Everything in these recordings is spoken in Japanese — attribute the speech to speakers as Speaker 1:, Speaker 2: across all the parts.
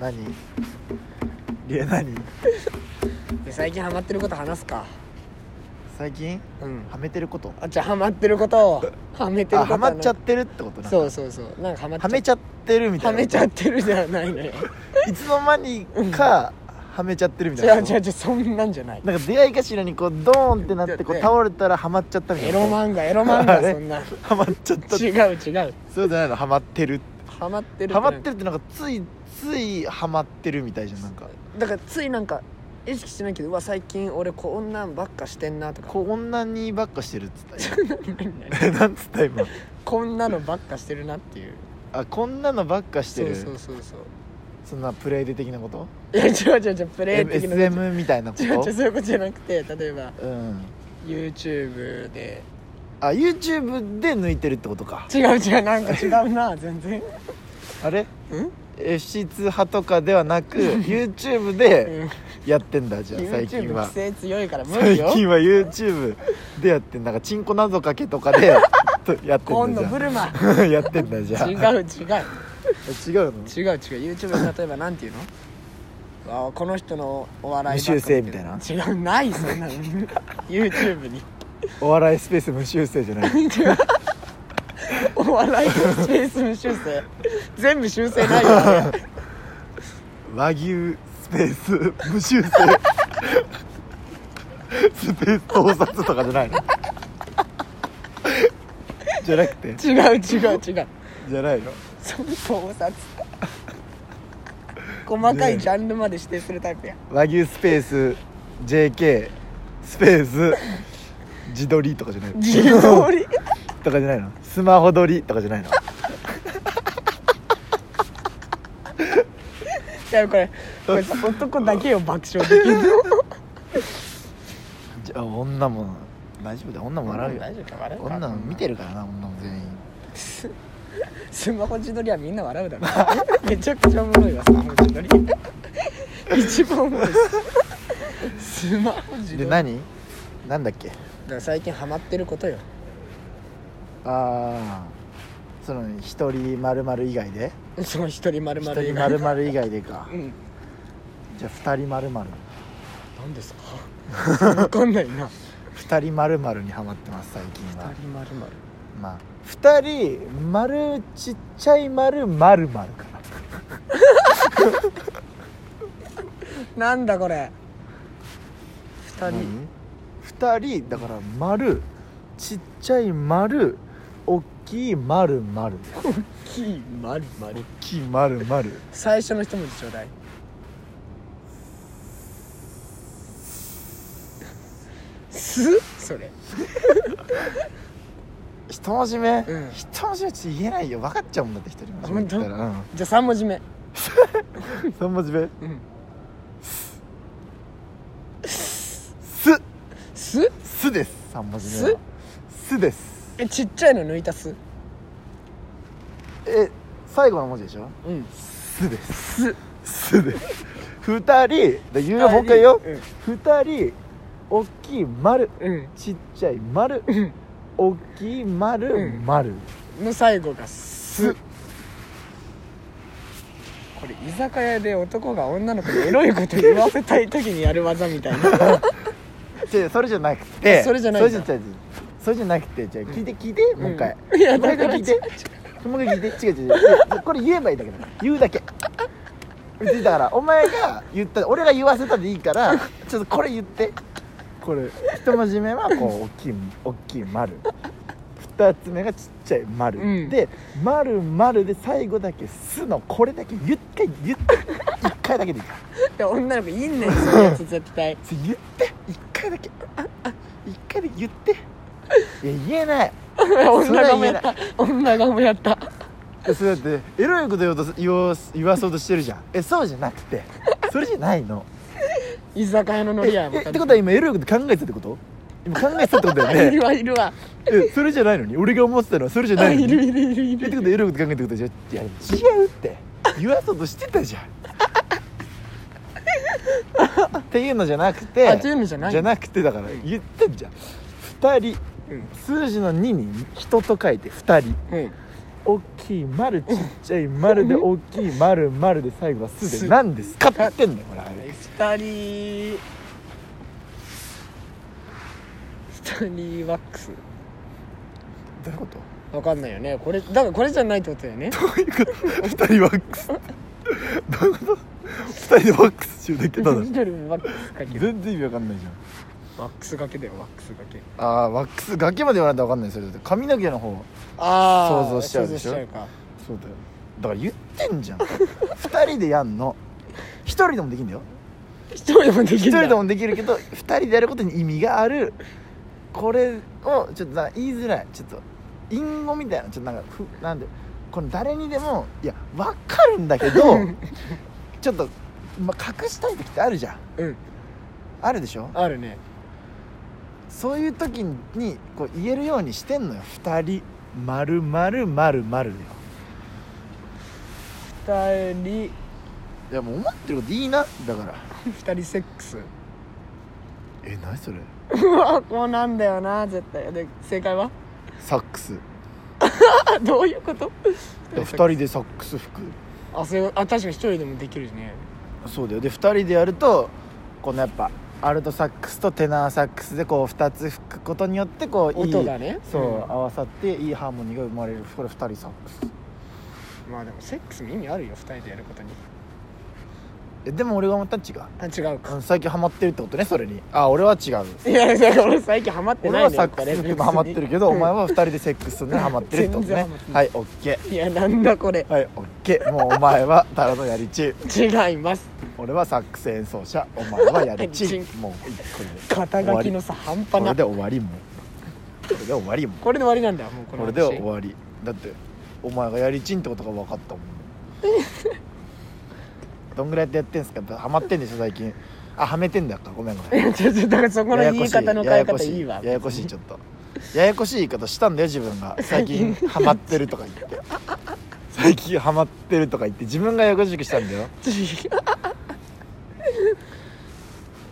Speaker 1: 何理恵何
Speaker 2: で最近ハマってること話すか
Speaker 1: 最近
Speaker 2: うん
Speaker 1: はめてること
Speaker 2: あじゃあハマってることをはめてる
Speaker 1: あ
Speaker 2: こと
Speaker 1: はまっちゃっ
Speaker 2: なんか
Speaker 1: てるってことなんだ
Speaker 2: そうそうそうなんかハマっちゃ
Speaker 1: はめちゃってるみたい
Speaker 2: は
Speaker 1: な
Speaker 2: めちゃってるじゃないのよ
Speaker 1: いつの間にかはめちゃってるみ
Speaker 2: 違
Speaker 1: たいな
Speaker 2: う違う違うそんなんじゃない
Speaker 1: なんか出会い頭にこうドーンってなってこう
Speaker 2: ね
Speaker 1: 倒れたらハマっちゃったみた
Speaker 2: エ
Speaker 1: いな
Speaker 2: ロ漫画エロ漫画
Speaker 1: あれ
Speaker 2: そんな
Speaker 1: ハマっちゃった
Speaker 2: 違う違う
Speaker 1: そうじゃないのハマってる
Speaker 2: ハマってる
Speaker 1: ハマって
Speaker 2: る
Speaker 1: るってなんかついついハマってるみたいじゃんなんか
Speaker 2: だからついなんか意識してないけどうわ最近俺こんなんばっかしてんなとか
Speaker 1: こんなにばっかしてるっつった
Speaker 2: 何
Speaker 1: 今 なんつった今
Speaker 2: こんなのばっかしてるなっていう
Speaker 1: あこんなのばっかして
Speaker 2: そう
Speaker 1: る
Speaker 2: そうそうそう
Speaker 1: そんなプレイデ的なこと
Speaker 2: いや違う違う違うプレイ
Speaker 1: M-
Speaker 2: 的な
Speaker 1: SM みたいなこ
Speaker 2: 違う違う
Speaker 1: と
Speaker 2: そういうことじゃなくて例えば
Speaker 1: うん、
Speaker 2: YouTube で
Speaker 1: あ YouTube で抜いてるってことか
Speaker 2: 違う違うなんか違 うな全然
Speaker 1: あれ
Speaker 2: うん
Speaker 1: FC2 派とかではな く YouTube でやってんだじゃあ最
Speaker 2: YouTube
Speaker 1: 近
Speaker 2: 規
Speaker 1: は
Speaker 2: 制強いから無
Speaker 1: 最
Speaker 2: 理よ
Speaker 1: 近は YouTube でやってんなんかチンコ謎かけとか でとやって
Speaker 2: 今
Speaker 1: ん
Speaker 2: 度
Speaker 1: だじ
Speaker 2: ブルマ
Speaker 1: ゃん やってんだじゃ
Speaker 2: 違う違う違う違
Speaker 1: あ
Speaker 2: う
Speaker 1: 違うの
Speaker 2: YouTube で例えばなんていうのあこの人のお笑い
Speaker 1: 無修正みたいな
Speaker 2: 違うないそんなの YouTube に
Speaker 1: お笑いスペース無修正じゃない
Speaker 2: お笑いのスペース無修正全部修正ないよ、ね、
Speaker 1: 和牛スペース無修正スペース盗撮とかじゃないのじゃなくて
Speaker 2: 違う違う違う
Speaker 1: じゃないの
Speaker 2: その盗撮細かいジャンルまで指定するタイプや
Speaker 1: 和牛スペース JK スペース自撮りとかじゃないの
Speaker 2: 自 撮り
Speaker 1: とかじゃないのスマホ撮りとかじゃないの
Speaker 2: いやこれこれ男だけよ爆笑できる
Speaker 1: じゃあ女も大丈夫だよ女も笑うよ
Speaker 2: 大丈夫か笑うか
Speaker 1: 女も見てるからな女も全員
Speaker 2: スマホ自撮りはみんな笑うだろ めちゃくちゃおもろいわスマホ自撮り 一番おもろいですスマホ自
Speaker 1: で
Speaker 2: 撮りだか
Speaker 1: 何なんだっけ
Speaker 2: ら最近ハマってることよ
Speaker 1: ああその一人まるまる以外で
Speaker 2: その一人まる
Speaker 1: 一
Speaker 2: まる
Speaker 1: 人まるまる以外でか
Speaker 2: うん
Speaker 1: じゃあ二人まるまる
Speaker 2: 何ですかわかんないな
Speaker 1: 二人まるまるにハマってます最近は
Speaker 2: 二人まるまる
Speaker 1: まあ二人丸ちっちゃい丸まるまるかな
Speaker 2: なんだこれ二人
Speaker 1: 二人だから丸ちっちゃい丸大きい丸丸
Speaker 2: キーまるまる
Speaker 1: 大きい丸丸
Speaker 2: 最初の一文字ちょうだいすそれ
Speaker 1: 一文字目、
Speaker 2: うん
Speaker 1: 一文字目ちょっと言えないよ分かっちゃうもんだって一人文字目って言ったら、うん、
Speaker 2: じゃあ三文字目
Speaker 1: 3文字目
Speaker 2: うん
Speaker 1: す
Speaker 2: す
Speaker 1: すです3文字目はすです
Speaker 2: えちっちゃいの抜いたす
Speaker 1: え最後の文字でしょ
Speaker 2: うん
Speaker 1: すです
Speaker 2: す
Speaker 1: すです二人で言うほかよ二人大きい丸
Speaker 2: うん、う
Speaker 1: ちっちゃい丸
Speaker 2: ん
Speaker 1: 大きい丸
Speaker 2: うん
Speaker 1: 丸、
Speaker 2: の最後が「す
Speaker 1: す」
Speaker 2: これ居酒屋で男が女の子に エロいこと言わせたい時にやる技みたい な
Speaker 1: 違うそれじゃなくて
Speaker 2: それじゃない
Speaker 1: そ
Speaker 2: ん
Speaker 1: れ
Speaker 2: だ
Speaker 1: じゃ違う違うそれじゃなくてじゃあ聞いて聞いて、もう一回、
Speaker 2: いや
Speaker 1: もう
Speaker 2: だ
Speaker 1: 一
Speaker 2: か
Speaker 1: 回
Speaker 2: ら
Speaker 1: 聞いてもう一回聞いて違う違う違う違うこれ言えばいいだけだから言うだけ別にだからお前が言った俺が言わせたでいいからちょっとこれ言ってこれ一文字目はこう大きい大きい丸二つ目がちっちゃい丸、
Speaker 2: うん
Speaker 1: で丸丸で最後だけ「す」のこれだけ言って言って一回だけでいいから
Speaker 2: で女の子いんねんそういうやつ絶対
Speaker 1: それ言って一回だけああ一回だけ言っていや言えない
Speaker 2: 女がもやった女がもやった
Speaker 1: えそれだってエロいこと言おうとす言おう言わそうとしてるじゃんえそうじゃなくてそれじゃないの
Speaker 2: 居酒屋のノ
Speaker 1: え
Speaker 2: リやも
Speaker 1: えってことは今エロいこと考えてたってこと今考えてたってことだよ
Speaker 2: いる
Speaker 1: ね
Speaker 2: わいるわ
Speaker 1: えそれじゃないのに俺が思ってたのはそれじゃないの
Speaker 2: い
Speaker 1: に
Speaker 2: るいるいるい
Speaker 1: えって
Speaker 2: る
Speaker 1: ことはエロいこと考えてたってことじゃいや違うって言わそうとしてたじゃんっていうのじゃなくて
Speaker 2: あっていうのじゃない
Speaker 1: じゃなくてだから言ってんじゃん2人
Speaker 2: うん
Speaker 1: 数字の2に人と書いて2人
Speaker 2: うん
Speaker 1: 大きい丸ちっちゃい丸で大きい丸丸で最後は「す」で何ですかって言ってんだよこれ
Speaker 2: 二人二人ワックス
Speaker 1: どういうこと
Speaker 2: わかんないよねこれだからこれじゃないってことだよね
Speaker 1: 2人ワックスどういうこと2人でワックス中だけただ
Speaker 2: ミドルもワックスかける
Speaker 1: 全然意味わかんないじゃん
Speaker 2: ワックスがけだよワックスがけ
Speaker 1: あーワックスガキまで言わないとわかんないそれだって髪の毛の方
Speaker 2: ああ
Speaker 1: 想像しちゃうでしょ
Speaker 2: 想像か
Speaker 1: そうだよだから言ってん じゃん2人でやんの1人でもできんだよ
Speaker 2: 一人でもでき
Speaker 1: 1
Speaker 2: るんだ
Speaker 1: 人でもできるけど2人でやることに意味があるこれをちょっとな言いづらいちょっと隠語みたいなちょっとなんかふなんでこの誰にでもいや分かるんだけ どちょっと、まあ、隠したい時ってあるじゃん
Speaker 2: うん
Speaker 1: あるでしょ
Speaker 2: あるね
Speaker 1: そういう時にこう言えるようにしてんのよ2人丸丸丸丸だよ
Speaker 2: 二人
Speaker 1: いやもう思ってることいいなだから
Speaker 2: 二人セックス
Speaker 1: え何それ
Speaker 2: うわこうなんだよな絶対で正解は
Speaker 1: サックス
Speaker 2: あどういうこと
Speaker 1: 2人でサックス吹く
Speaker 2: あそれあ確かに一人でもできるしね
Speaker 1: そうだよで2人でやるとこのやっぱアルトサックスとテナーサックスでこう2つ吹くことによってこういい
Speaker 2: 音がね
Speaker 1: そう、
Speaker 2: うん
Speaker 1: 合わさっていいハーモニーが生まれるこれ2人サックス
Speaker 2: まあでもセックスに意味あるよ二人でやることに
Speaker 1: えでも俺が思ったん違う
Speaker 2: あ違う
Speaker 1: う
Speaker 2: か
Speaker 1: ん最近ハマってるってことねそれにあ俺は違う
Speaker 2: いやだから俺最近ハマって
Speaker 1: 俺
Speaker 2: ない
Speaker 1: は
Speaker 2: の
Speaker 1: サ
Speaker 2: よ
Speaker 1: ックス吹くのハマってるけどお前は2人でセックスするのにハマってるってことね
Speaker 2: 全然ハマってな
Speaker 1: はいオッケ
Speaker 2: いやなんだこれ
Speaker 1: ーはいオッケーもうお前はタラのやり中
Speaker 2: 違います
Speaker 1: 俺はサックス演奏者お前はやり
Speaker 2: や
Speaker 1: ち
Speaker 2: り
Speaker 1: もうこれで
Speaker 2: 肩書きのさ半
Speaker 1: こ
Speaker 2: 端
Speaker 1: れ
Speaker 2: な
Speaker 1: で終わりもうこれで終わりもう
Speaker 2: これで終わりなんだもうこ
Speaker 1: こ
Speaker 2: の
Speaker 1: れ
Speaker 2: 話
Speaker 1: で終わりだってお前がやりちんってことが分かった もんどんぐらいやってやってんすかハマってんでしょ最近あはめてんだかごめんごめん
Speaker 2: いやちょっとだからそこの
Speaker 1: やや
Speaker 2: 言
Speaker 1: こ
Speaker 2: い
Speaker 1: し
Speaker 2: 方の変え方
Speaker 1: や
Speaker 2: いい
Speaker 1: や
Speaker 2: わ
Speaker 1: こしややこしいちょっとややこしい言い方したんだよ自分が最近ハマってるとか言って最近ハマってるとか言って自分がややこしくしたんだよ
Speaker 2: 違う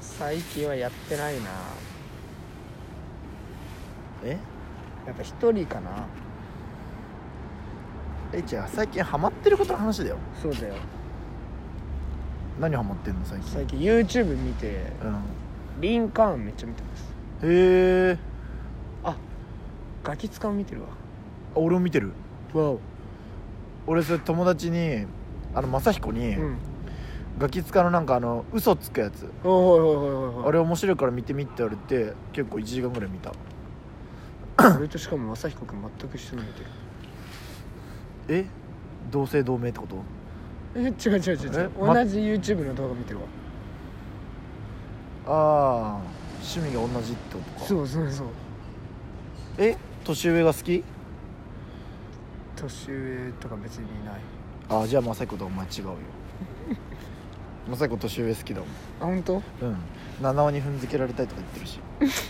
Speaker 2: 最近はやってないな
Speaker 1: え
Speaker 2: やっぱ一人かな
Speaker 1: えじゃあ最近ハマってることの話だよ
Speaker 2: そうだよ
Speaker 1: 何ハマってんの最近
Speaker 2: 最近 YouTube 見て
Speaker 1: うんへ
Speaker 2: リンカーンめっちゃ見てます
Speaker 1: え
Speaker 2: ガキ使を見てるわ
Speaker 1: 俺も見てる
Speaker 2: わお
Speaker 1: 俺それ友達にあの正彦に、
Speaker 2: うん
Speaker 1: ガキ使のなんかあの嘘つくやつ、
Speaker 2: おいおいおいおいおい
Speaker 1: あれ面白いから見てみって言われて結構1時間ぐらい見た
Speaker 2: 俺としかも正彦君全く一緒に見てる
Speaker 1: え同姓同名ってこと
Speaker 2: え違う違う違う違う
Speaker 1: えま
Speaker 2: 同じ YouTube の動画見てるわ
Speaker 1: ああ趣味が同じってことか
Speaker 2: そうそうそう
Speaker 1: え年上が好き
Speaker 2: 年上とか別にいない
Speaker 1: ああじゃあ正彦とお前違 うよ正彦年上好きだも
Speaker 2: あ本
Speaker 1: ん
Speaker 2: 当
Speaker 1: うん七尾に踏んづけられたいとか言ってる し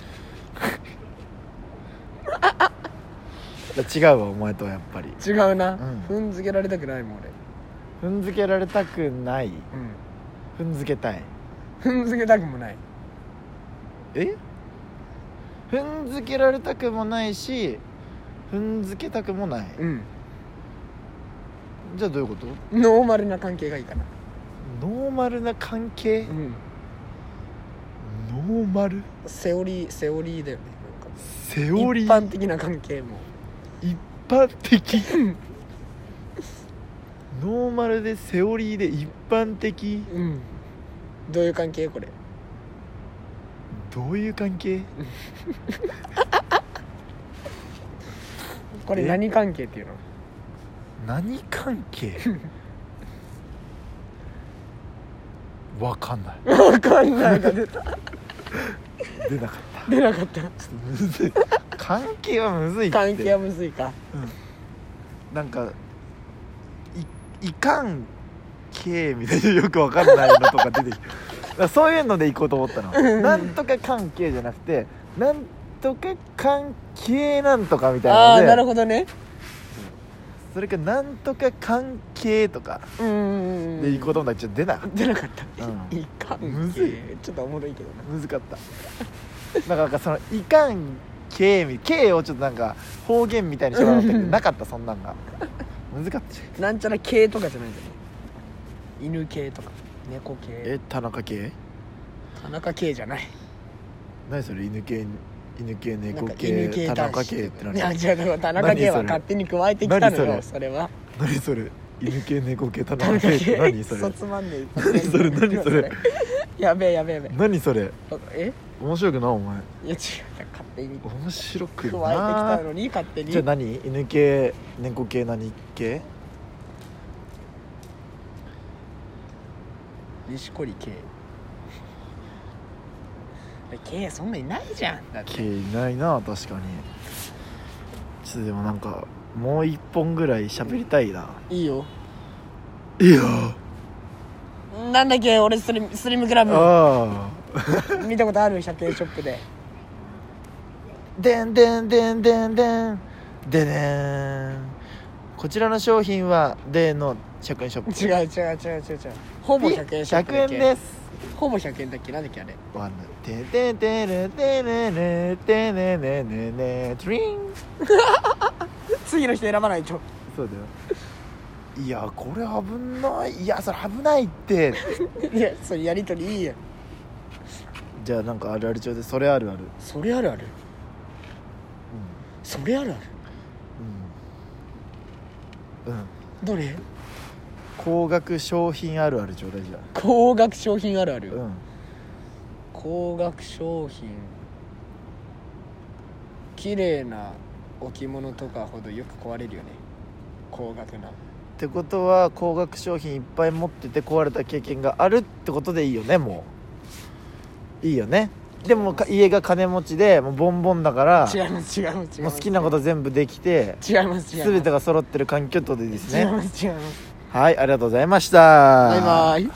Speaker 1: いや違うわお前とはやっぱり
Speaker 2: 違うな、
Speaker 1: うん
Speaker 2: 踏んづけられたくないもん俺
Speaker 1: 踏んづけられたくない踏んづけたい
Speaker 2: うん踏んづけたくもない
Speaker 1: え踏んづけられたくもないし踏んづけたくもない
Speaker 2: うん
Speaker 1: じゃあどういうこと
Speaker 2: ノーマルな関係がいいかな
Speaker 1: ノーマルな関係
Speaker 2: うん
Speaker 1: ノーマル
Speaker 2: セオリーセオリーだよねなんか
Speaker 1: セオリ
Speaker 2: 一
Speaker 1: ー
Speaker 2: 般的な関係も
Speaker 1: 一般的 ノーマルでセオリーで一般的
Speaker 2: うんどういう関係これ
Speaker 1: どういう関係
Speaker 2: これ
Speaker 1: え
Speaker 2: 何関係っていうの
Speaker 1: 何関 係わかんない
Speaker 2: 分かんないが出た
Speaker 1: 出なかった
Speaker 2: 出なかった
Speaker 1: ちょっとむずい関係はむずいって
Speaker 2: 関係はむずいか
Speaker 1: なんかいいかんけみたいなよくわかんないのとか出てきてだからそういうので行こうと思ったのなんとか関係じゃなくてなんとか関係なんとかみたい
Speaker 2: ああー
Speaker 1: な
Speaker 2: なる
Speaker 1: ので
Speaker 2: ほどね
Speaker 1: それかなんとか関係とか
Speaker 2: うんうんうん
Speaker 1: で行こうと思ったらちょっと出なかっ
Speaker 2: 出なかった、
Speaker 1: うん
Speaker 2: いかん
Speaker 1: むずい
Speaker 2: ちょっとおもろいけどな
Speaker 1: た難かったなんかなんかそのいかん K み K をちょっとなんか方言みたいにしてもらったけどなかったそんなんが難かった
Speaker 2: なんちゃら系とかじゃないんだよ犬系とか猫系
Speaker 1: え田中系
Speaker 2: 田中系じゃない
Speaker 1: 何それ犬系犬系
Speaker 2: なん
Speaker 1: 猫
Speaker 2: か
Speaker 1: 系
Speaker 2: 犬系
Speaker 1: 田中
Speaker 2: 男子
Speaker 1: 系って
Speaker 2: いや
Speaker 1: 何
Speaker 2: 違うでも田中系
Speaker 1: 何そ
Speaker 2: は
Speaker 1: れ
Speaker 2: 勝手に加えてきたのよ
Speaker 1: 何
Speaker 2: それは
Speaker 1: 何それ犬系猫系田中系って 何そ
Speaker 2: クソ
Speaker 1: れ
Speaker 2: つまんねえ
Speaker 1: 何それ何それ
Speaker 2: やべえやべえやべえ
Speaker 1: 何それ
Speaker 2: え
Speaker 1: 面白くないお前
Speaker 2: いや違う勝手に加
Speaker 1: 面白く
Speaker 2: えてき
Speaker 1: な
Speaker 2: た
Speaker 1: い
Speaker 2: のに勝手に
Speaker 1: じゃあ何犬系猫系何系
Speaker 2: 錦織圭圭そんないないじゃんだって
Speaker 1: 系いないな確かにちょっとでもなんかもう一本ぐらい喋りたいない
Speaker 2: いよ
Speaker 1: いや
Speaker 2: なんだっけ俺スリムスリムグラム
Speaker 1: ああ
Speaker 2: 見たことある100円ショップで
Speaker 1: でんでんでんでんでんででーんこちらの商品はでの100円ショップ
Speaker 2: 違う違う違う違う違うほぼ100円ショップだっ
Speaker 1: 100
Speaker 2: け
Speaker 1: 円です
Speaker 2: ほぼ100円だっけなんだっけあれ
Speaker 1: ワンてててるてねねてねねねねトゥリン
Speaker 2: 次の人選ばないと
Speaker 1: そうだよいやこれ危ないいやそれ危ないって
Speaker 2: いやそれやりとりいいやん
Speaker 1: じゃあなんかあるある調でそれあるある
Speaker 2: それあるあるそれあるある
Speaker 1: うんうんうん
Speaker 2: どれ
Speaker 1: 高額商品あるあるちょうだいじゃ
Speaker 2: 高額商品あるあ
Speaker 1: あ
Speaker 2: る、
Speaker 1: うん
Speaker 2: 高額商品綺麗な置物とかほどよく壊れるよね高額な
Speaker 1: ってことは高額商品いっぱい持ってて壊れた経験があるってことでいいよねもういいよねでもか家が金持ちでもうボンボンだから
Speaker 2: 違います違います違い
Speaker 1: も
Speaker 2: ま
Speaker 1: う好
Speaker 2: す
Speaker 1: きなこと全部できて
Speaker 2: 違います違います
Speaker 1: 全てが揃ってる環境ってことでいいです
Speaker 2: 違い
Speaker 1: ね
Speaker 2: ます違います
Speaker 1: はいありがとうございました
Speaker 2: バイバイ